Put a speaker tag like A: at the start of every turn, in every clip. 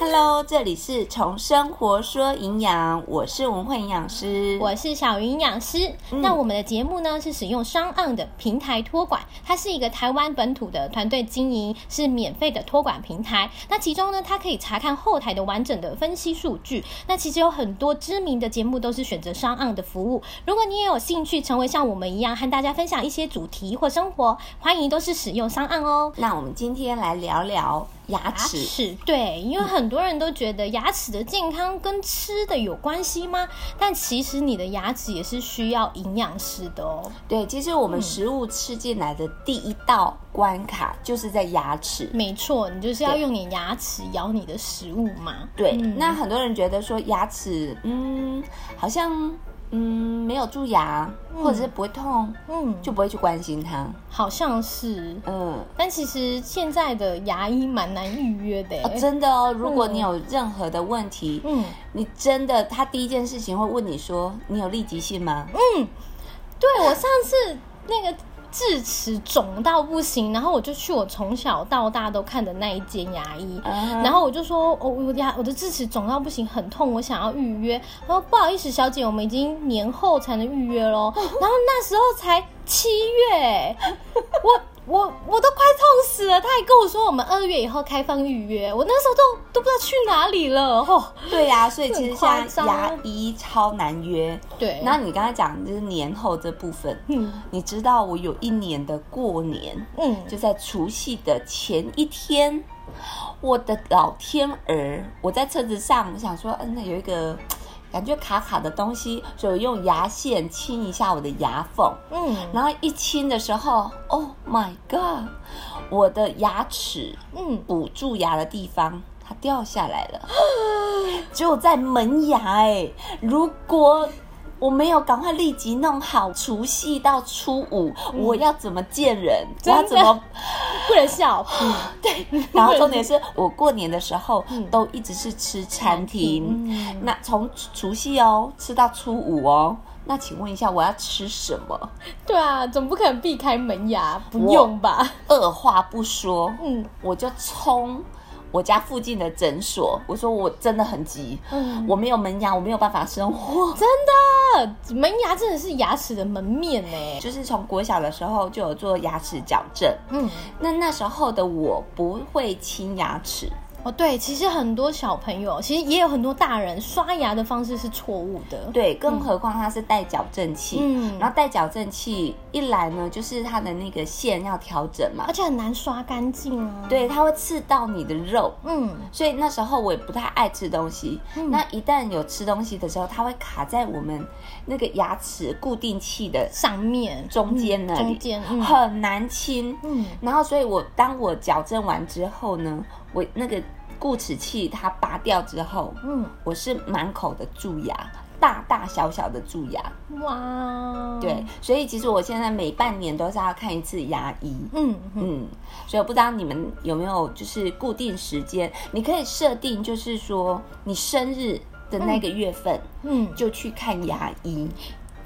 A: Hello，这里是从生活说营养，我是文慧营养师。
B: 我是小云营养师。
A: 嗯
B: 那我们的节目呢是使用商岸的平台托管，它是一个台湾本土的团队经营，是免费的托管平台。那其中呢，它可以查看后台的完整的分析数据。那其实有很多知名的节目都是选择商岸的服务。如果你也有兴趣成为像我们一样和大家分享一些主题或生活，欢迎都是使用商岸哦。
A: 那我们今天来聊聊牙齿。嗯
B: 对，因为很多人都觉得牙齿的健康跟吃的有关系吗？但其实你的牙齿也是需要营养师的哦。
A: 对，其实我们食物吃进来的第一道关卡就是在牙齿。
B: 没错，你就是要用你牙齿咬你的食物嘛。
A: 对，
B: 嗯
A: 那很多人觉得说牙齿，嗯，好像嗯没有蛀牙，或者是不会痛，
B: 嗯，
A: 就不会去关心它。
B: 好像是。
A: 嗯，
B: 但其实现在的牙医蛮难预约的、欸
A: 哦，真的哦，如果你有任何的问题，
B: 嗯，
A: 你真的他第一件事情会问你说你有立即性吗？
B: 对我上次那个智齿肿到不行，然后我就去我从小到大都看的那一间牙医，
A: 嗯
B: 然后我就说，哦，我牙我的智齿肿到不行，很痛，我想要预约。他说不好意思，小姐，我们已经年后才能预约咯。然后那时候才七月，我我我都快痛死了。他还跟我说我们二月以后开放预约，我那时候都都不知道去哪里了。哦，
A: 对呀、所以其实
B: 很夸
A: 现在牙
B: 张
A: 医超难约。
B: 对，
A: 然后你刚才讲就是年后这部分，
B: 嗯
A: 你知道我有一年的过年，
B: 嗯，
A: 就在除夕的前一天，我的老天儿！我在车子上，我想说，嗯，那有一个感觉卡卡的东西，所以我用牙线清一下我的牙缝。
B: 嗯
A: 然后一清的时候，Oh my god！我的牙齿
B: 嗯，
A: 补蛀牙的地方，它掉下来了， 只有在门牙哎、如果我没有赶快立即弄好，除夕到初五，我要怎么见人？我
B: 嗯真的
A: 要怎 么？
B: 不能笑。嗯
A: 然后重点是我过年的时候
B: 嗯
A: 都一直是吃餐厅，
B: 嗯，
A: 那从除夕哦吃到初五哦。那请问一下，我要吃什么？
B: 对啊，总不可能避开门牙，不
A: 我
B: 用吧？
A: 二话不说，
B: 嗯
A: 我就冲我家附近的诊所，我说我真的很急，
B: 嗯，
A: 我没有门牙，我没有办法生活。
B: 呃门牙真的是牙齿的门面呢。
A: 就是从国小的时候就有做牙齿矫正，
B: 嗯，
A: 那那时候的我不会清牙齿，
B: 哦对，其实很多小朋友，其实也有很多大人刷牙的方式是错误的。，
A: 对，更何况它是带矫正器，
B: 嗯
A: 然后带矫正器一来呢，就是它的那个线要调整嘛
B: 而，且很难刷干净啊。，
A: 对，它会刺到你的肉，
B: 嗯，
A: 所以那时候我也不太爱吃东西。
B: 嗯
A: 那一旦有吃东西的时候，它会卡在我们那个牙齿固定器的
B: 上面
A: 中间那
B: 嗯
A: 里，
B: 中间，嗯
A: 很难清。
B: 嗯
A: 然后，所以我当我矫正完之后呢，我那个固齿器它拔掉之后，
B: 嗯，
A: 我是满口的蛀牙，大大小小的蛀牙。
B: 哇，
A: 对，，所以其实我现在每半年都是要看一次牙医。
B: 嗯嗯
A: 嗯，所以我不知道你们有没有就是固定时间，你可以设定，就是说你生日的那个月份、
B: 嗯，
A: 就去看牙医。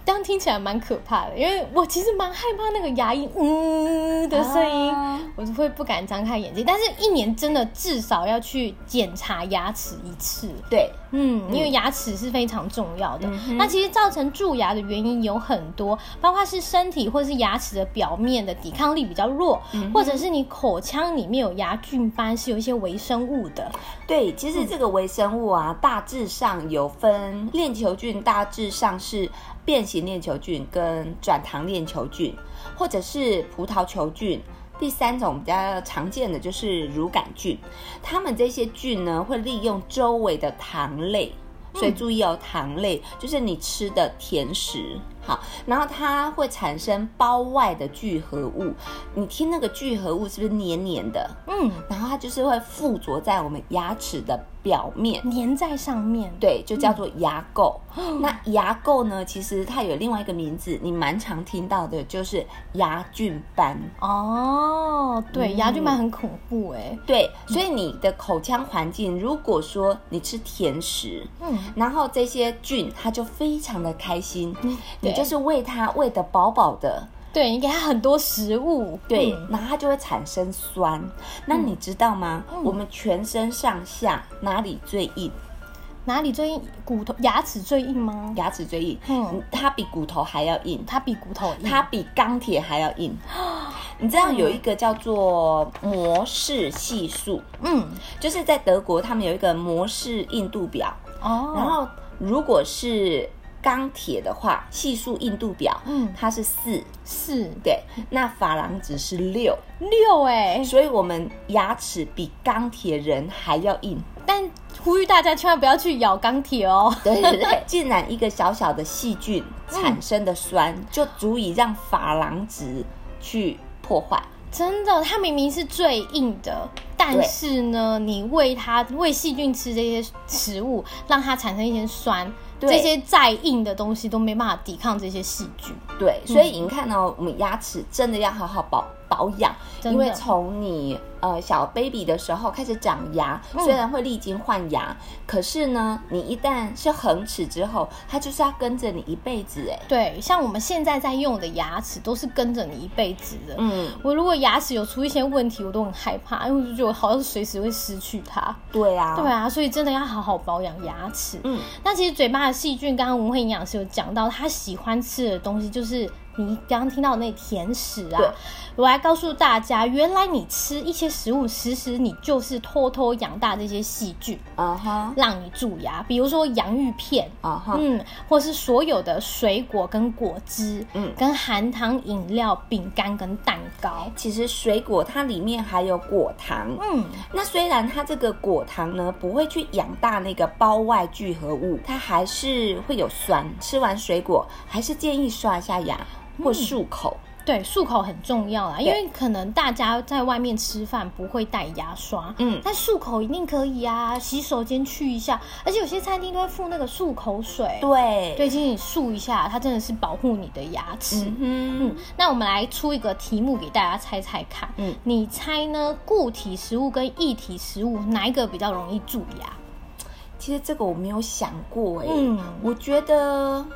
B: 这样听起来蛮可怕的，因为我其实蛮害怕那个牙龈嗯的声音。
A: 啊
B: 我就会不敢张开眼睛，但是一年真的至少要去检查牙齿一次。
A: 对，
B: 嗯，因为牙齿是非常重要的。
A: 嗯哼
B: 那其实造成蛀牙的原因有很多，包括是身体或是牙齿的表面的抵抗力比较弱，
A: 嗯
B: 或者是你口腔里面有牙菌斑，是有一些微生物的。
A: 对，其实这个微生物啊，大致上有分链球菌，大致上是变形链球菌跟转糖链球菌，或者是葡萄球菌。第三种比较常见的就是乳杆菌，它们这些菌呢会利用周围的糖类，所以注意哦，糖类就是你吃的甜食，好，然后它会产生包外的聚合物，你听那个聚合物是不是黏黏的？
B: 嗯，
A: 然后它就是会附着在我们牙齿的表面，
B: 粘在上面。，
A: 对，就叫做牙垢。
B: 嗯
A: 那牙垢呢，其实它有另外一个名字，你蛮常听到的，就是牙菌斑。
B: 哦，对，
A: 嗯
B: 牙菌斑很恐怖哎、
A: 对，所以你的口腔环境，如果说你吃甜食，
B: 嗯，
A: 然后这些菌它就非常的开心，
B: 对
A: 你就是喂它喂得饱饱的，
B: 对你给它很多食物，
A: 对
B: 嗯，
A: 然后它就会产生酸。那你知道吗？
B: 嗯
A: 我们全身上下哪里最硬？
B: 哪里最硬？骨头、牙齿最硬吗？
A: 牙齿最硬，
B: 嗯
A: 它比骨头还要硬，
B: 它比骨头硬。
A: 它比钢铁还要 硬。你知道有一个叫做模式系数，
B: 嗯
A: 就是在德国他们有一个模式硬度表，
B: 哦，
A: 然后如果是钢铁的话，系数硬度表，
B: 嗯
A: 它是四，
B: 是
A: 对，那珐琅质是六，
B: 六哎、
A: 所以我们牙齿比钢铁人还要硬。
B: 但呼吁大家千万不要去咬钢铁哦。
A: 对对 对，竟然一个小小的细菌产生的酸，
B: 嗯
A: 就足以让珐琅质去破坏。
B: 真的，它明明是最硬的，但
A: 对
B: 是呢，你喂它喂细菌吃这些食物，让它产生一些酸，
A: 对
B: 这些再硬的东西都没办法抵抗这些细菌。
A: 对，
B: 嗯
A: 所以你看哦，我们牙齿真的要好好保保养，
B: 真
A: 因
B: 的
A: 为从你呃小 baby 的时候开始长牙，
B: 嗯
A: 虽然会历经换牙，可是呢，你一旦是恒齿之后，它就是要跟着你一辈子哎。
B: 对，像我们现在在用的牙齿都是跟着你一辈子的。
A: 嗯，
B: 我如果牙齿有出一些问题，我都很害怕，因为我就觉得我好像随时会失去它。
A: 对啊，
B: 对，啊，所以真的要好好保养牙齿。
A: 嗯，
B: 那其实嘴巴的细菌，刚刚文慧营养师有讲到，他喜欢吃的东西就是你刚刚听到的那甜食啊
A: 对。
B: 我来告诉大家，原来你吃一些食物，其实你就是偷偷养大这些细菌，
A: 啊哈，
B: 让你蛀牙。比如说洋芋片，
A: 啊哈，
B: 嗯，或是所有的水果跟果汁，
A: 嗯
B: 跟含糖饮料、饼干跟蛋糕，
A: 其实水果它里面还有果糖，
B: 嗯，
A: 那虽然它这个果糖呢不会去养大那个包外聚合物，它还是会有酸。吃完水果还是建议刷一下牙
B: 嗯
A: 或漱口。
B: 对，漱口很重要啦，
A: 对
B: 因为可能大家在外面吃饭不会带牙刷，
A: 嗯
B: 但漱口一定可以啊，洗手间去一下，而且有些餐厅都会附那个漱口水，
A: 对，
B: 对，其实你漱一下，它真的是保护你的牙齿。
A: 嗯
B: 嗯，那我们来出一个题目给大家猜猜看，
A: 嗯
B: 你猜呢？固体食物跟液体食物哪一个比较容易蛀牙？
A: 哼，其实这个我没有想过哎、
B: 嗯
A: 我觉得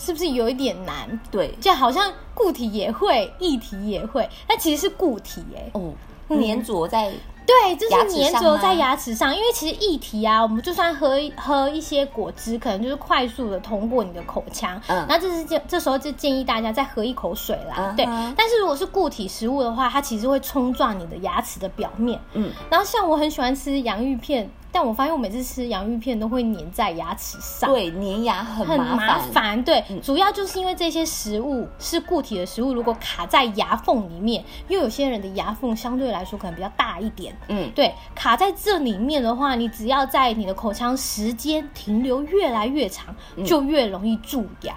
B: 是不是有一点难？
A: 对
B: 就好像固体也会，液体也会，但其实是固体哎、
A: 哦，
B: 嗯
A: 粘着在
B: 对，就是
A: 牙齿
B: 粘
A: 上
B: 着
A: 吗
B: 在牙齿上，因为其实液体啊，我们就算喝一喝一些果汁，可能就是快速的通过你的口腔。
A: 嗯
B: 那这是建这时候就建议大家再喝一口水啦。
A: 嗯哼
B: 对，但是如果是固体食物的话，它其实会冲撞你的牙齿的表面。
A: 嗯，
B: 然后像我很喜欢吃洋芋片，但我发现我每次吃洋芋片都会粘在牙齿上。。
A: 对粘牙很
B: 很
A: 麻
B: 麻
A: 烦。
B: 烦，对，
A: 嗯
B: 主要就是因为这些食物是固体的食物，如果卡在牙缝里面，因为有些人的牙缝相对来说可能比较大一点，
A: 嗯，
B: 对，卡在这里面的话，你只要在你的口腔时间停留越来越长，
A: 嗯
B: 就越容易蛀牙。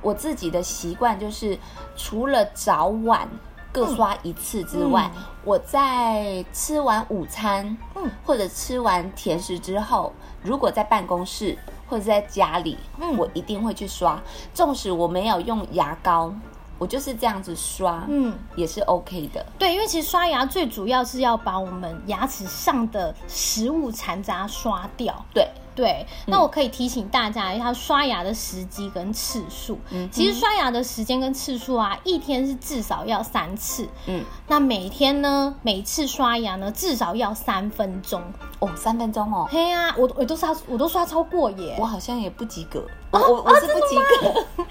A: 我自己的习惯就是，除了早晚各刷一次之外，
B: 嗯
A: 我在吃完午餐，
B: 嗯
A: 或者吃完甜食之后，如果在办公室或者在家里，
B: 嗯
A: 我一定会去刷，纵使我没有用牙膏，我就是这样子刷，
B: 嗯，
A: 也是 OK 的。
B: 对，因为其实刷牙最主要是要把我们牙齿上的食物残渣刷掉。
A: 对，
B: 对，
A: 嗯
B: 那我可以提醒大家一下刷牙的时机跟次数。
A: 嗯哼
B: 其实刷牙的时间跟次数啊，一天是至少要三次。
A: 嗯，
B: 那每天呢，每次刷牙呢，至少要三分钟。
A: 哦，三分钟哦，
B: 嘿呀、我我都刷我都刷超过耶
A: 我。好像也不及格，我我
B: 哦
A: 我是不及格，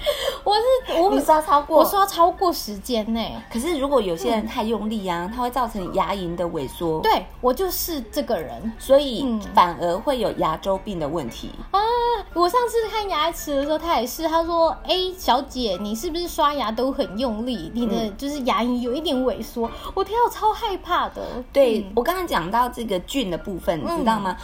B: 我是我
A: 你刷超过，
B: 我刷超过时间呢、
A: 可是如果有些人太用力啊，它会造成牙龈的萎缩。
B: 对我就是这个人。
A: 所以
B: 嗯
A: 反而会有牙周病的问题。
B: 我上次看牙齿的时候，他也是，他说：“哎、小姐，你是不是刷牙都很用力？你的就是牙龈有一点萎缩。”我听到超害怕的。
A: 对、
B: 嗯
A: 我刚刚讲到这个菌的部分，你
B: 嗯
A: 知道吗？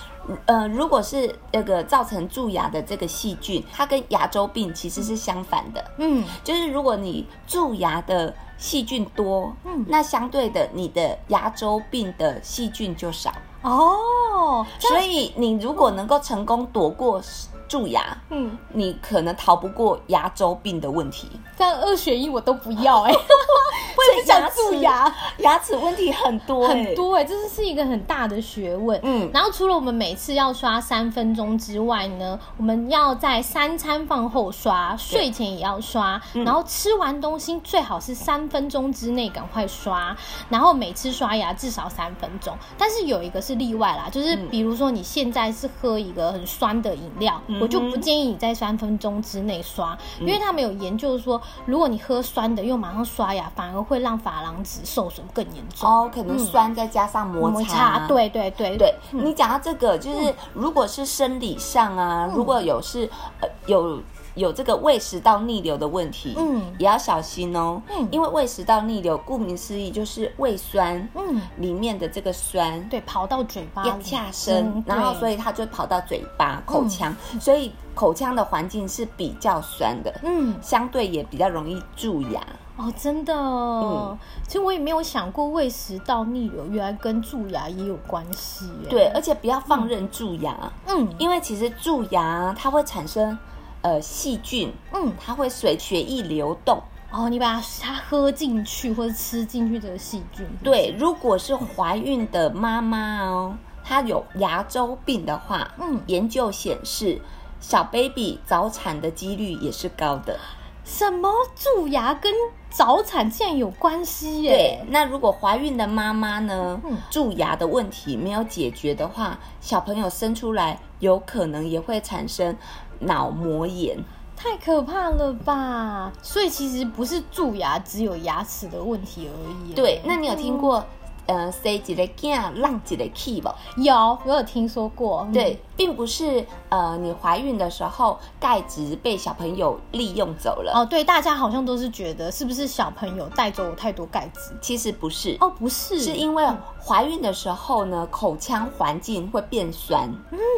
A: 呃，如果是那个造成蛀牙的这个细菌，它跟牙周病其实是相反的。
B: 嗯，
A: 就是如果你蛀牙的细菌多，
B: 嗯
A: 那相对的你的牙周病的细菌就少。
B: 哦，
A: 所以你如果能够成功躲过蛀牙，
B: 嗯，
A: 你可能逃不过牙周病的问题。
B: 但二选一我都不要哎、我不想蛀牙，
A: 牙齿问题很多、欸，
B: 很。多哎、这是一个很大的学问。
A: 嗯
B: 然后除了我们每次要刷三分钟之外呢，我们要在三餐饭后刷，睡前也要刷，
A: 嗯
B: 然后吃完东西最好是三分钟之内赶快刷，然后每次刷牙至少三分钟。但是有一个是例外啦，就是
A: 嗯
B: 比如说你现在是喝一个很酸的饮料，
A: 嗯哼嗯
B: 我就不建议你在三分钟之内刷，因为他们有研究说，如果你喝酸的又马上刷牙，反而会让珐琅质受损更严重。
A: 哦，可能酸再加上摩
B: 嗯摩
A: 擦，
B: 擦，对对对
A: 对你讲到这个，就是如果是生理上啊，如果有是呃有有这个胃食道逆流的问题，
B: 嗯
A: 也要小心哦。
B: 嗯
A: 因为胃食道逆流，顾名思义就是胃酸
B: 嗯，
A: 里面的这个酸。
B: 对，跑到嘴巴嗯
A: 要下身，然后所
B: 以
A: 以它就跑到嘴巴、口腔，所以口腔的环境是比较酸的，
B: 嗯
A: 相对也比较容易蛀牙。
B: 哦，真的
A: 嗯
B: 哦，其实我也没有想过胃食道逆流原来跟蛀牙也有关系耶。
A: 对，，而且不要放任蛀牙，
B: 嗯
A: 因为其实蛀牙它会产生呃细菌，
B: 嗯，
A: 它会随血液流动。
B: 哦，你把它喝进去或者吃进去这个细菌，
A: 对，如果是怀孕的妈妈哦，她有牙周病的话，
B: 嗯
A: 研究显示。小 baby 早产的几率也是高的，
B: 什么蛀牙跟早产竟然有关系
A: 对
B: 耶？。
A: 那如果怀孕的妈妈呢
B: 嗯，
A: 蛀牙的问题没有解决的话，小朋友生出来有可能也会产生脑膜炎。
B: 太可怕了吧！所以其实不是蛀牙，只有牙齿的问题而已耶。嗯
A: 对，那你有听过、呃，say 一个囝，浪一个气不？
B: 有，我有听说过。嗯
A: 对，并不是呃，你怀孕的时候钙质被小朋友利用走了，
B: 哦，对，大家好像都是觉得是不是小朋友带走我太多钙质？
A: 其实不是，
B: 哦，不是，
A: 是因为怀孕的时候呢，口腔环境会变酸，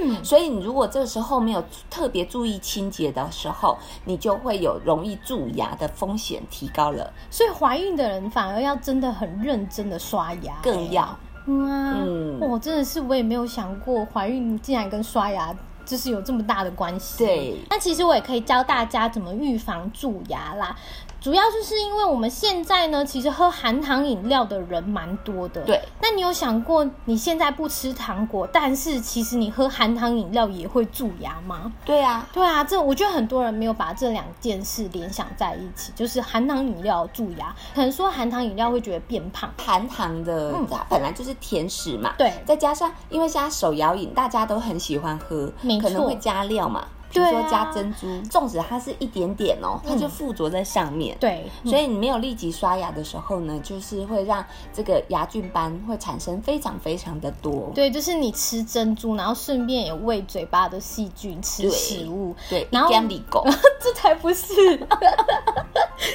A: 嗯，所以你如果这时候没有特别注意清洁的时候，你就会有容易蛀牙的风险提高了，
B: 所以怀孕的人反而要真的很认真的刷牙，
A: 更要
B: 嗯啊，
A: 嗯
B: 我、真的是我也没有想过怀孕竟然跟刷牙。就是有这么大的关系。
A: 对
B: 那其实我也可以教大家怎么预防蛀牙啦。主要就是因为我们现在呢，其实喝含糖饮料的人蛮多的。
A: 对。
B: 那你有想过，你现在不吃糖果，但是其实你喝含糖饮料也会蛀牙吗？
A: 对啊，
B: 对啊，这我觉得很多人没有把这两件事联想在一起，就是含糖饮料蛀牙，可能说含糖饮料会觉得变胖，
A: 含糖的、
B: 嗯
A: 它本来就是甜食嘛，
B: 对
A: 再加上因为现在手摇饮大家都很喜欢喝
B: 没，错
A: 可能会加料嘛，比
B: 对
A: 如
B: 啊
A: 说加珍珠，粽子它是一点点哦，它就
B: 嗯
A: 附着在上面。
B: 对，嗯
A: 所以你没有立即刷牙的时候呢，就是会让这个牙菌斑会产生非常非常的多。
B: 对，就是你吃珍珠，然后顺便也喂嘴巴的细菌吃
A: 对
B: 食物，
A: 对，
B: 然后
A: 一干里 狗，
B: 这才不是，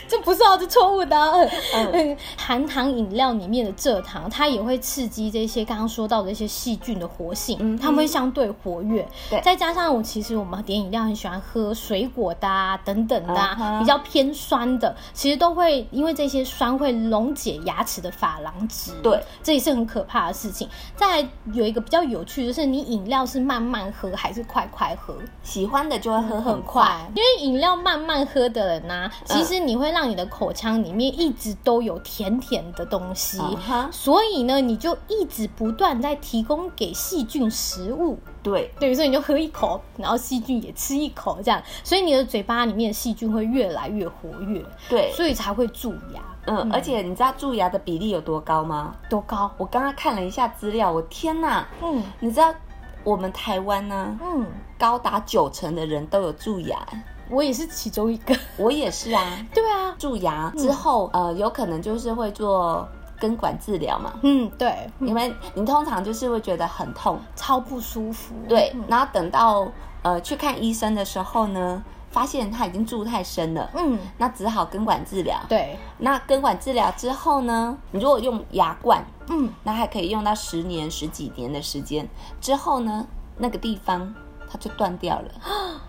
B: 这不是哦，这错误的哦、嗯，含糖饮料里面的蔗糖，它也会刺激这些刚刚说到的一些细菌的活性，
A: 嗯哼
B: 它们会相对活跃。
A: 对
B: 再加上我其实我们点饮料很喜欢喝水果的啊等等的啊、
A: 嗯哼
B: 比较偏酸的，其实都会因为这些酸会溶解牙齿的珐琅质。
A: 对，
B: 这也是很可怕的事情。再来有一个比较有趣，就是你饮料是慢慢喝还是快快喝？
A: 喜欢的就会喝很
B: 很
A: 快。
B: 快，因为饮料慢慢喝的人呐、
A: 嗯
B: 其实你会让你的口腔里面一直都有甜甜的东西，
A: 啊哈，
B: 所以呢，你就一直不断在提供给细菌食物。
A: 对，
B: 对，所以你就喝一口，然后细菌也吃一口，这样，所以你的嘴巴里面的细菌会越来越活跃，
A: 对，
B: 所以才会蛀牙。
A: 嗯，而且你知道蛀牙的比例有多高吗？
B: 多高？
A: 我刚刚看了一下资料，我天哪！
B: 嗯
A: 你知道我们台湾呢，
B: 嗯，
A: 高达九成的人都有蛀牙，
B: 我也是其中一个。
A: 我也是啊。
B: 对啊，
A: 蛀牙之后，呃，有可能就是会做根管治疗嘛，
B: 嗯，对，嗯
A: 因为你通常就是会觉得很痛，
B: 超不舒服。
A: 对，
B: 嗯
A: 然后等到呃去看医生的时候呢，发现他已经住太深了，
B: 嗯，
A: 那只好根管治疗。
B: 对，
A: 那根管治疗之后呢，你如果用牙冠，
B: 嗯，
A: 那还可以用到十年、十几年的时间。之后呢，那个地方它就断掉了，
B: 嗯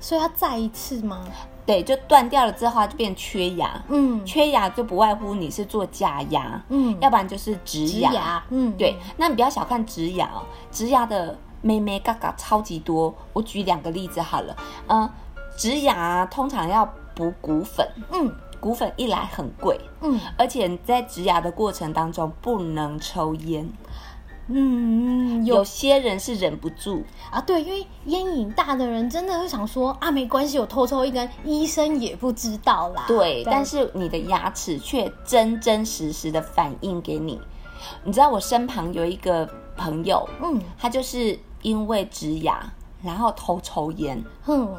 B: 所以要再一次吗？
A: 对，就断掉了之后它就变缺牙，
B: 嗯
A: 缺牙就不外乎你是做假牙，
B: 嗯，
A: 要不然就是植
B: 植
A: 牙。
B: 牙，嗯，
A: 对，那你不要小看植牙哦，植牙的妹妹嘎嘎超级多。我举两个例子好了，嗯、呃，植牙通常要补骨粉，
B: 嗯，
A: 骨粉一来很贵，
B: 嗯
A: 而且你在植牙的过程当中不能抽烟，
B: 嗯，有
A: 有些人是忍不住，
B: 啊，对，因为烟瘾大的人真的会想说啊，没关系，我偷抽一根，医生也不知道啦。
A: 对，
B: 这样
A: 但是你的牙齿却真真实实的反映给你。你知道我身旁有一个朋友，
B: 嗯
A: 他就是因为植牙，然后偷抽烟，
B: 哼，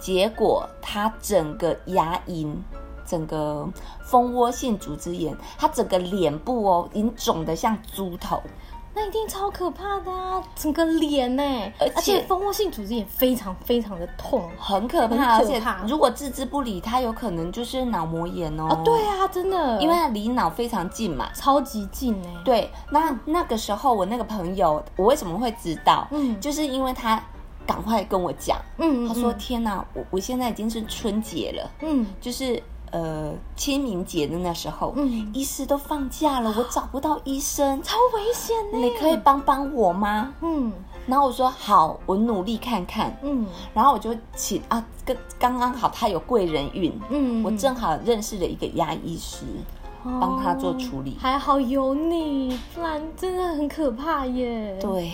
A: 结果他整个牙龈、整个蜂窝性组织炎，他整个脸部哦，已经肿得像猪头。
B: 那一定超可怕的啊，整个脸呢、
A: 而且
B: 蜂窝性组织也非常非常的痛。啊
A: 很可怕，
B: 很
A: 而
B: 可
A: 且
B: 怕
A: 如果置之不理，他有可能就是脑膜炎哦。
B: 哦，对，啊，真的，
A: 因为它离脑非常近嘛。
B: 超级近呢、，
A: 对，那那个时候我那个朋友，我为什么会知道？
B: 嗯
A: 就是因为他赶快跟我讲，
B: 嗯，
A: 他说：“天哪，我我现在已经是春节了，
B: 嗯，
A: 就是呃清明节的那时候，
B: 嗯
A: 医师都放假了，我找不到医生，
B: 超危险呢、
A: 你可以，帮帮我吗
B: 嗯？”
A: 然后我说：“好，我努力看看。”
B: 嗯
A: 然后我就请啊，跟刚刚好他有贵人运，
B: 嗯，
A: 我正好认识了一个牙医师，帮他做处理
B: 哦还好有你，不然真的很可怕耶。。
A: 对，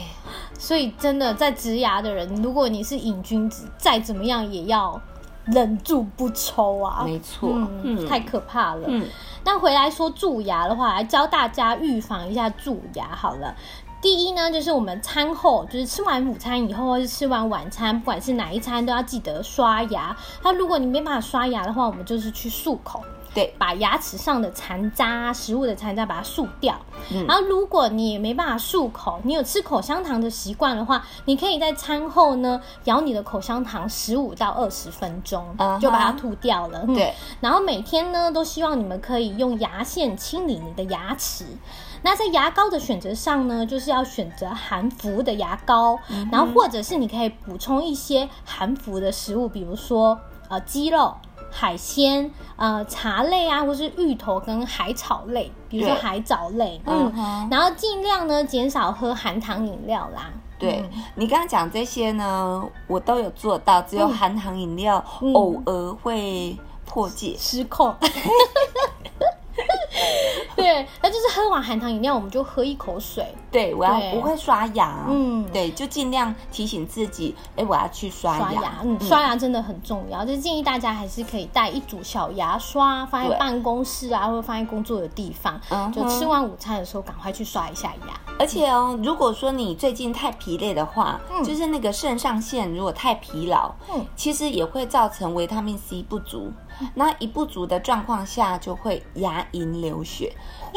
B: 所以真的在植牙的人，如果你是瘾君子，再怎么样也要忍住不抽啊。
A: 没错，
B: 嗯，太可怕了。
A: 嗯
B: 那回来说蛀牙的话，来教大家预防一下蛀牙好了。第一呢，就是我们餐后，就是吃完午餐以后，或是吃完晚餐，不管是哪一餐，都要记得刷牙。那如果你没办法刷牙的话，我们就是去漱口，
A: 对，
B: 把牙齿上的残渣、食物的残渣把它漱掉。
A: 嗯
B: 然后，如果你也没办法漱口，你有吃口香糖的习惯的话，你可以在餐后呢咬你的口香糖十五到二十分钟
A: 啊哈
B: 就把它吐掉了。嗯
A: 对，
B: 然后每天呢，都希望你们可以用牙线清理你的牙齿。那在牙膏的选择上呢，就是要选择含氟的牙膏，
A: 嗯
B: 然后或者是你可以补充一些含氟的食物，比如说呃鸡肉、海鲜、呃茶类啊，或是芋头跟海草类，比如说
A: 对
B: 海藻类，
A: 嗯
B: 嗯，
A: 哼，
B: 然后尽量呢减少喝含糖饮料啦。
A: 对
B: 嗯
A: 你刚刚讲这些呢，我都有做到，只有
B: 嗯
A: 含糖饮料
B: 嗯
A: 偶尔会破戒。
B: 失 控。 对，那就是喝完含糖饮料，我们就喝一口水。
A: 对我要
B: 对
A: 我会刷牙，
B: 嗯
A: 对，就尽量提醒自己，哎，我要去刷
B: 刷牙，嗯，刷牙真的很重要，就是建议大家还是可以带一组小牙刷，放在
A: 对
B: 办公室啊，或者放在工作的地方，
A: 嗯
B: 就
A: 哼
B: 吃完午餐的时候赶快去刷一下牙。
A: 而且哦，如果说你最近太疲累的话，
B: 嗯
A: 就是那个肾上腺如果太疲劳，
B: 嗯
A: 其实也会造成维他命 C 不足。那一不足的状况下，就会牙龈流血，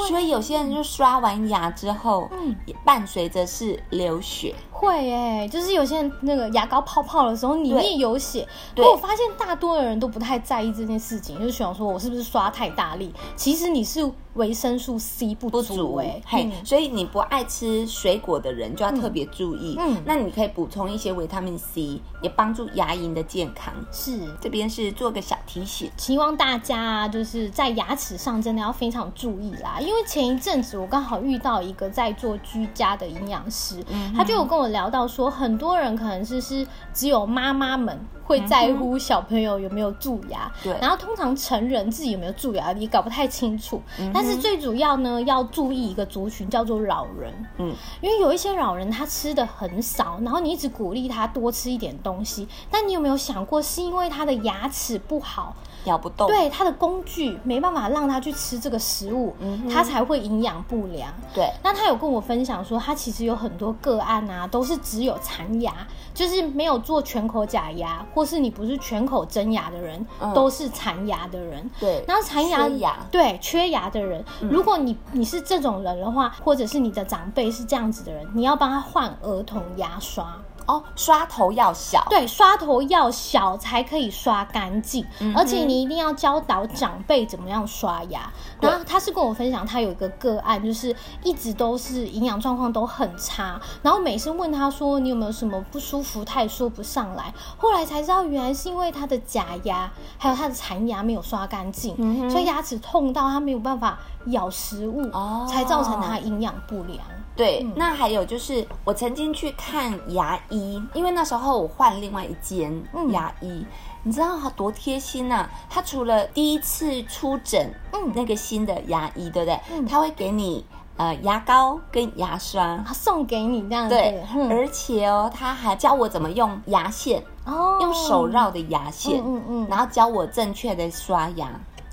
A: 所以有些人就刷完牙之后，
B: 嗯
A: 也伴随着是流血。
B: 会诶、就是有些人那个牙膏泡泡的时候里面
A: 对
B: 有血，
A: 对
B: 可我发现大多的人都不太在意这件事情，就是想说我是不是刷太大力？其实你是维生素 C 不
A: 不
B: 足
A: 足
B: 诶、
A: 嘿，
B: 嗯
A: 所以你不爱吃水果的人就要特别注意。
B: 嗯嗯
A: 那你可以补充一些维他命 C，也帮助牙龈的健康。
B: 是
A: 这边是做个小提醒。
B: 希望大家啊，就是在牙齿上真的要非常注意啦，因为前一阵子我刚好遇到一个在做居家的营养师，
A: 嗯
B: 他就有跟我聊到说，很多人可能是是只有妈妈们会在乎小朋友有没有蛀牙，
A: 对
B: 然后通常成人自己有没有蛀牙也搞不太清楚，
A: 嗯
B: 但是最主要呢要注意一个族群叫做老人，
A: 嗯，
B: 因为有一些老人他吃的很少，然后你一直鼓励他多吃一点东西，但你有没有想过是因为他的牙齿不好？
A: 咬不动。
B: 对他的工具没办法让他去吃这个食物，
A: 嗯哼
B: 他才会营养不良。
A: 对
B: 那他有跟我分享说，他其实有很多个案啊，都是只有残牙，就是没有做全口假牙，或是你不是全口真牙的人，
A: 嗯
B: 都是残牙的人。
A: 对，
B: 然后残牙
A: 缺牙嗯
B: 对缺牙的人，如果你你是这种人的话，或者是你的长辈是这样子的人，你要帮他换儿童牙刷。
A: 哦，刷头要小。
B: 对，刷头要小才可以刷干净，
A: 嗯
B: 而且你一定要教导长辈怎么样刷牙。
A: 对
B: 然后他是跟我分享，他有一个个案，就是一直都是营养状况都很差，然后每次问他说你有没有什么不舒服，他也说不上来。后来才知道，原来是因为他的假牙还有他的残牙没有刷干净，
A: 嗯哼
B: 所以牙齿痛到他没有办法咬食物，
A: 哦
B: 才造成他营养不良。
A: 对，
B: 嗯
A: 那还有就是，我曾经去看牙医，因为那时候我换另外一间
B: 嗯
A: 牙医，你知道他多贴心呐、啊！他除了第一次出诊，
B: 嗯
A: 那个新的牙医，对不对？
B: 嗯
A: 他会给你呃牙膏跟牙刷，
B: 啊送给你这样子，
A: 对，
B: 嗯
A: 而且哦，他还教我怎么用牙线，
B: 哦
A: 用手绕的牙线，
B: 嗯嗯嗯，
A: 然后教我正确的刷牙。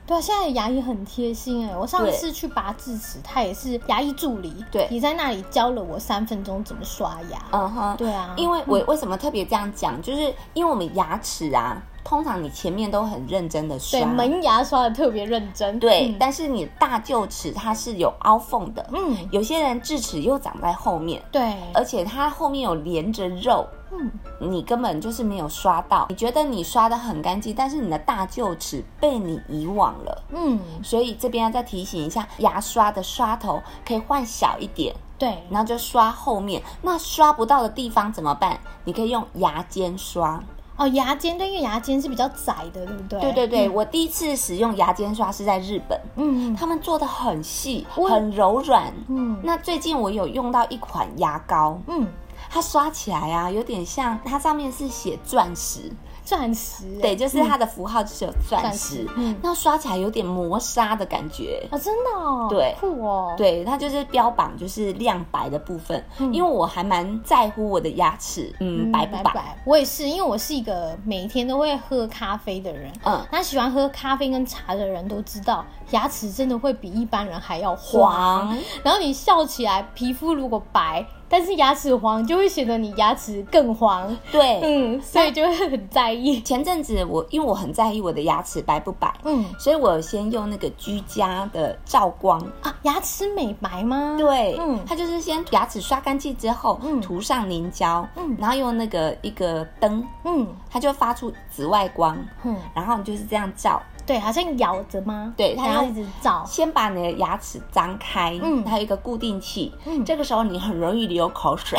B: 对啊，现在的牙医很贴心哎、我上
A: 对
B: 次去拔智齿，他也是牙医助理，
A: 对
B: 你在那里教了我三分钟怎么刷牙，
A: 嗯哼，
B: 对啊，
A: 因为我为什么特别这样讲，就是因为我们牙齿啊，通常你前面都很认真的刷，
B: 对门牙刷的特别认真，
A: 对
B: 嗯
A: 但是你大臼齿它是有凹缝的，
B: 嗯，
A: 有些人智齿又长在后面，
B: 对，
A: 而且它后面有连着肉，
B: 嗯，
A: 你根本就是没有刷到。你觉得你刷的很干净，但是你的大臼齿被你遗忘了。
B: 嗯，
A: 所以这边要再提醒一下，牙刷的刷头可以换小一点，
B: 对，
A: 然后就刷后面。那刷不到的地方怎么办？你可以用牙尖刷。
B: 哦，牙尖对，因为牙尖是比较窄的，对不对？
A: 对对对，我第一次使用牙尖刷是在日本，
B: 嗯，嗯
A: 他们做的很细，
B: 我
A: 很柔软。
B: 嗯
A: 那最近我有用到一款牙膏，
B: 嗯，
A: 它刷起来啊，有点像它上面是写钻石，
B: 钻石，欸
A: 对，，就是它的符号就是有钻
B: 嗯钻
A: 石
B: 石，，嗯，
A: 那刷起来有点磨砂的感觉。
B: 哦，真的哦，
A: 对
B: 酷哦，，
A: 对，它就是标榜就是亮白的部分，
B: 嗯
A: 因为我还蛮在乎我的牙齿，嗯，白不白？
B: 白？我也是，因为我是一个每天都会喝咖啡的 人。
A: 嗯，
B: 那喜欢喝咖啡跟茶的人都知道，牙齿真的会比一般人还要黄。
A: 黄，
B: 然后你笑起来，皮肤如果白，但是牙齿黄，就会显得你牙齿更黄。
A: 对。
B: 嗯，所以就会很在意。
A: 前阵子我因为我很在意我的牙齿白不白，
B: 嗯
A: 所以我先用那个居家的照光。
B: 啊，牙齿美白吗？
A: 对，
B: 嗯
A: 它就是先牙齿刷干净之后，
B: 嗯
A: 涂上凝胶，
B: 嗯
A: 然后用那个一个灯，
B: 嗯
A: 它就发出紫外光，
B: 嗯，
A: 然后你就是这样照，
B: 对，好像咬着吗？
A: 对它
B: 然后
A: 用
B: 一直照。
A: 先把你的牙齿张开，
B: 哦嗯
A: 它有一个固定器，
B: 嗯
A: 这个时候你很容易流口 水。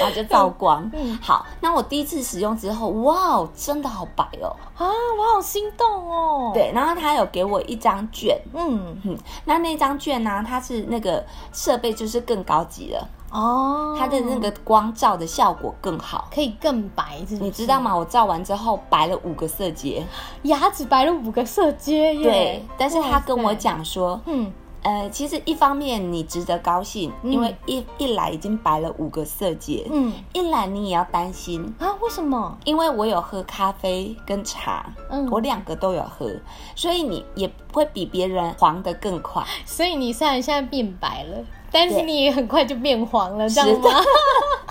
A: 然后就照光，
B: 嗯
A: 好。那我第一次使用之后，哇，真的好白哦。
B: 啊，我好心动哦。，
A: 对，然后它有给我一张卷，
B: 嗯，
A: 那那张券呢、它是那个设备就是更高级了，
B: 哦，
A: 它的那个光照的效果更好。
B: 可以更白，是不是
A: 你知道？吗？我照完之后白了五个色阶，
B: 牙齿白了五个色阶耶。
A: 对。但是他
B: 哇
A: 跟
B: 塞
A: 我，讲说，
B: 嗯，
A: 呃，其实一方面你值得高兴，
B: 嗯
A: 因为一一来已经白了五个色阶，
B: 嗯
A: 一来你也要担心，
B: 啊，为什么？
A: 因为我有喝咖啡跟茶，
B: 嗯
A: 我两个都有喝，所以你也会比别人黄得更快。
B: 所以你虽然现在变白了，但是
A: 对
B: 你也很快就变黄了，这样
A: 是的
B: 吗？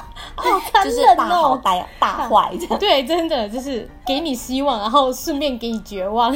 B: 好残
A: 就是
B: 忍
A: 大 好
B: 哦！
A: 大大坏这样。
B: 对，真的就是给你希望，然后顺便给你绝望。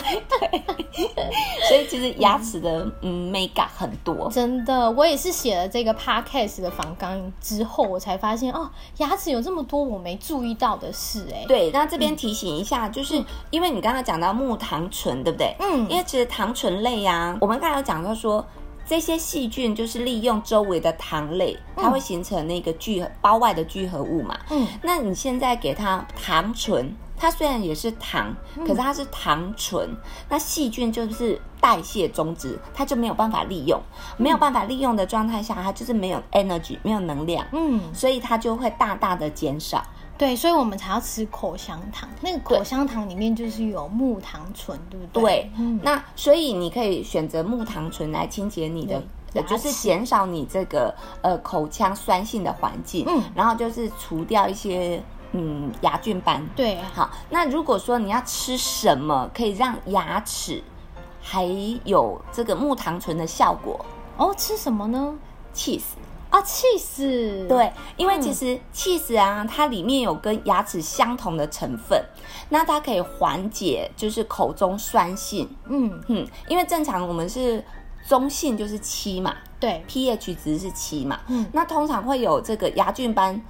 A: 所以其实牙齿的嗯美感很多，
B: 真的，我也是写了这个 podcast 的访纲之后，我才发现哦，牙齿有这么多我没注意到的事哎、
A: 对。那这边提醒一下，就是因为你刚刚讲到木糖醇，对不对？
B: 嗯
A: 因为其实糖醇类呀、我们刚才有讲到说。这些细菌就是利用周围的糖类，它会形成那个聚合包外的聚合物嘛。
B: 嗯
A: 那你现在给它糖醇，它虽然也是糖，
B: 嗯
A: 可是它是糖醇，那细菌就是代谢终止，它就没有办法利用，
B: 嗯
A: 没有办法利用的状态下，它就是没有 energy，没有能量。
B: 嗯，
A: 所以它就会大大的减少。
B: 对，所以我们才要吃口香糖。那个口香糖里面就是有木糖醇，对不对？
A: 对，
B: 嗯，
A: 那所以你可以选择木糖醇来清洁你的
B: 对。
A: 呃
B: 牙齿
A: 就是减少你这个呃口腔酸性的环境，
B: 嗯
A: 然后就是除掉一些嗯牙菌斑。
B: 对，
A: 好，那如果说你要吃什么可以让牙齿还有这个木糖醇的效果
B: 哦，吃什么呢？
A: ，cheese，
B: 啊，cheese。
A: 对，因为
B: 嗯
A: 其实 cheese 啊，它里面有跟牙齿相同的成分，那它可以缓解就是口中酸性，
B: 嗯，
A: 嗯，因为正常我们是中性就是七嘛
B: 对，
A: ，pH 值是七嘛，
B: 嗯
A: 那通常会有这个牙菌斑，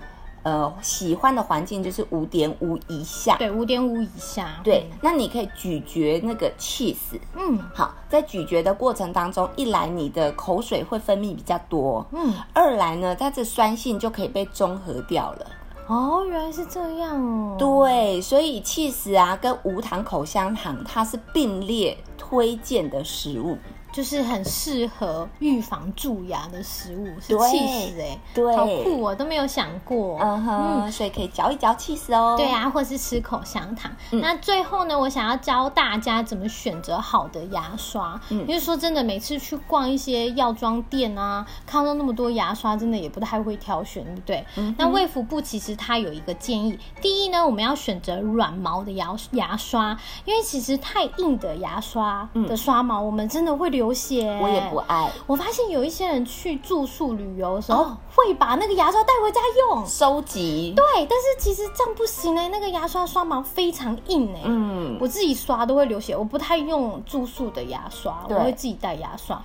A: 呃，喜欢的环境就是五点五以下。
B: 对，五点五以下。
A: 对，那你可以咀嚼那个 cheese，
B: 嗯，
A: 好，在咀嚼的过程当中，一来你的口水会分泌比较多，
B: 嗯
A: 二来呢，它这酸性就可以被中和掉了。
B: 嗯，哦，原来是这样哦。，
A: 对，所以 cheese 啊跟无糖口香糖它是并列推荐的食物。
B: 就是很适合预防蛀牙的食物，是
A: 对
B: 气死哎，
A: 对
B: 好酷我、都没有想过。
A: 嗯哼，所以可以嚼一嚼 cheese 哦。
B: 对，啊，或是吃口香糖。
A: 嗯
B: 那最后呢，我想要教大家怎么选择好的牙刷，
A: 嗯
B: 因为说真的，每次去逛一些药妆店啊，看到那么多牙刷，真的也不太会挑选，对不对？
A: 嗯哼
B: 那卫福部其实它有一个建议，第一呢，我们要选择软毛的牙牙刷，因为其实太硬的牙刷
A: 嗯
B: 的刷毛，我们真的会流血。
A: 我也不。啊爱
B: 我发现有一些人去住宿旅游的时候，
A: 哦
B: 会把那个牙刷带回家用。
A: 收集。
B: 对，但是其实这样不行哎、那个牙刷刷毛非常硬哎、
A: 嗯，
B: 我自己刷都会流血，我不太用住宿的牙刷，我
A: 对
B: 会自己带牙刷。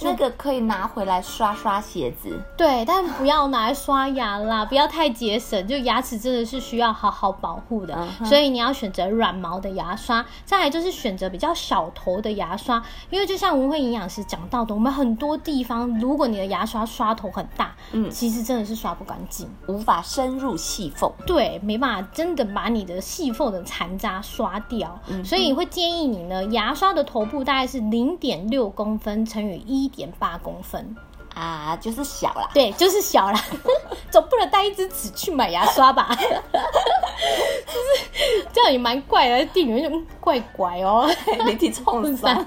A: 那个可以拿回来刷刷鞋子。
B: 对，但不要拿来刷 牙啦，不要太节省，就牙齿真的是需要好好保护的
A: 嗯哼
B: 所以你要选择软毛的牙刷，再来就是选择比较小头的牙刷，因为就像文慧营养师讲到的，我们很多地方如果你的牙刷刷头很大，
A: 嗯
B: 其实真的是刷不干净。
A: 无法深入细缝。
B: 对，没办法，真的把你的细缝的残渣刷掉，所以会建议你呢，牙刷的头部大概是零点六公分乘以一点八公分，
A: 啊，就是小啦。
B: 对，就是小啦， 总不能带一支纸去买牙刷吧？ 就是这样也蛮怪的，店员就嗯怪怪哦。
A: 媒体 冲上，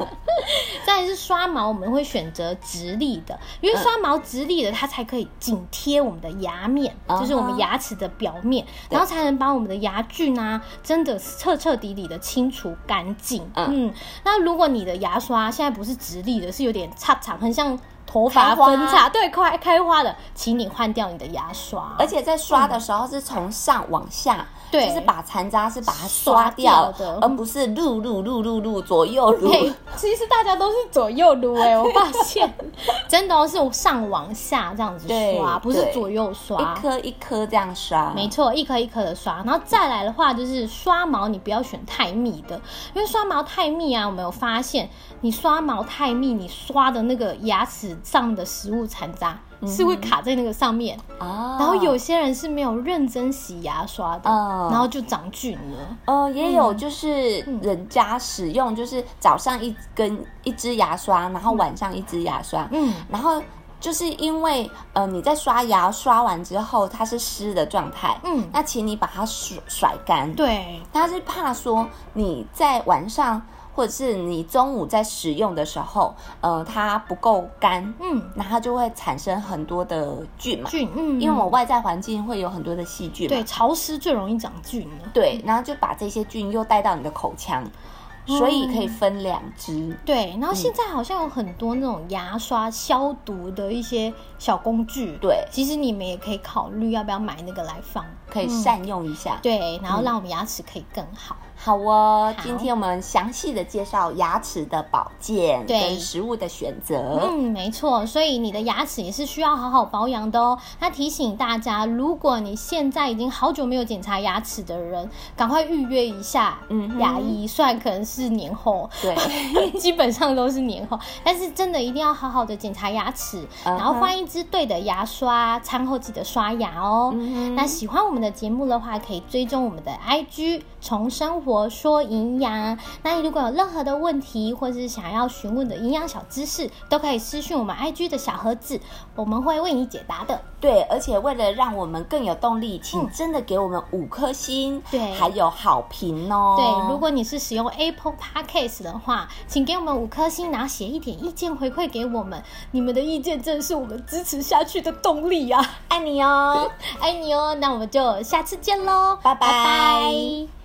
B: 再来是刷毛，我们会选择直立的，因为
A: 嗯
B: 刷毛直立的，它才可以紧贴我们的牙面，
A: 啊哈
B: 就是我们牙齿的表面，
A: 对
B: 然后才能把我们的牙菌啊，真的彻彻底底的清除干净。
A: 嗯
B: 嗯，那如果你的牙刷现在不是直立的，是有点插长，很像头发
A: 开花
B: 分叉，对，快开花了，请你换掉你的牙刷。
A: 而且在刷的时候是从上往下，
B: 对
A: 就是把残渣是把它
B: 刷
A: 刷
B: 掉
A: 掉，
B: 的
A: 而不是撸撸撸撸撸左右撸。
B: 对，其实大家都是左右撸哎、我发 现真的、哦、是上往下这样子
A: 对
B: 刷，不是
A: 对
B: 左右刷。
A: 一颗一颗这样刷，
B: 没错，一颗一颗的刷，然后再来的话就是刷毛，你不要选太密的，因为刷毛太密啊，我们有发现，你刷毛太密，你刷的那个牙齿上的食物残渣
A: 嗯
B: 是会卡在那个上面，
A: 啊。
B: 然后有些人是没有认真洗牙刷的，
A: 哦
B: 然后就长菌了。
A: 呃，也有
B: 嗯
A: 就是人家使用，就是早上一根一支牙刷，然后晚上一支牙刷，
B: 嗯，
A: 然后就是因为呃你在刷牙刷完之后它是湿的状态，
B: 嗯
A: 那请你把它甩甩干，
B: 对，
A: 他是怕说你在晚上或者是你中午在使用的时候，呃，它不够干，
B: 嗯，
A: 那它就会产生很多的菌嘛，
B: 菌，嗯，
A: 因为我外在环境会有很多的细菌
B: 对
A: 嘛，
B: 潮湿最容易长菌了。
A: 对，然后就把这些菌又带到你的口腔，所以可以分两支。
B: 对，然后现在好像有很多那种牙刷消毒的一些小工具，
A: 对，
B: 其实你们也可以考虑要不要买那个来放，
A: 可以善用一下。
B: 对，然后让我们牙齿可以更好。
A: 好哦，
B: 嗯好
A: 今天我们详细的介绍牙齿的保健
B: 对
A: 跟食物的选择。
B: 嗯，没错，所以你的牙齿也是需要好好保养的哦。那提醒大家，如果你现在已经好久没有检查牙齿的人，赶快预约一下
A: 嗯哼
B: 牙医，虽然可能是年后，
A: 对，嗯
B: 基本上都是年后，但是真的一定要好好的检查牙齿，
A: 嗯哼
B: 然后换一支对的牙刷，餐后记得刷牙哦。
A: 嗯
B: 那喜欢我们的节目的话，可以追踪我们的 IG“ 从生活说营养”。那如果有任何的问题，或是想要询问的营养小知识，都可以私讯我们 IG 的小盒子，我们会为你解答的。
A: 对，而且为了让我们更有动力，请
B: 嗯
A: 真的给我们五颗星，
B: 对
A: 还有好评哦。
B: 对，如果你是使用 Apple Podcast 的话，请给我们五颗星，然后写一点意见回馈给我们。你们的意见真的是我们支持下去的动力呀、啊！
A: 爱你哦。
B: 爱你哦，那我们就下次见喽，
A: 拜拜
B: 拜拜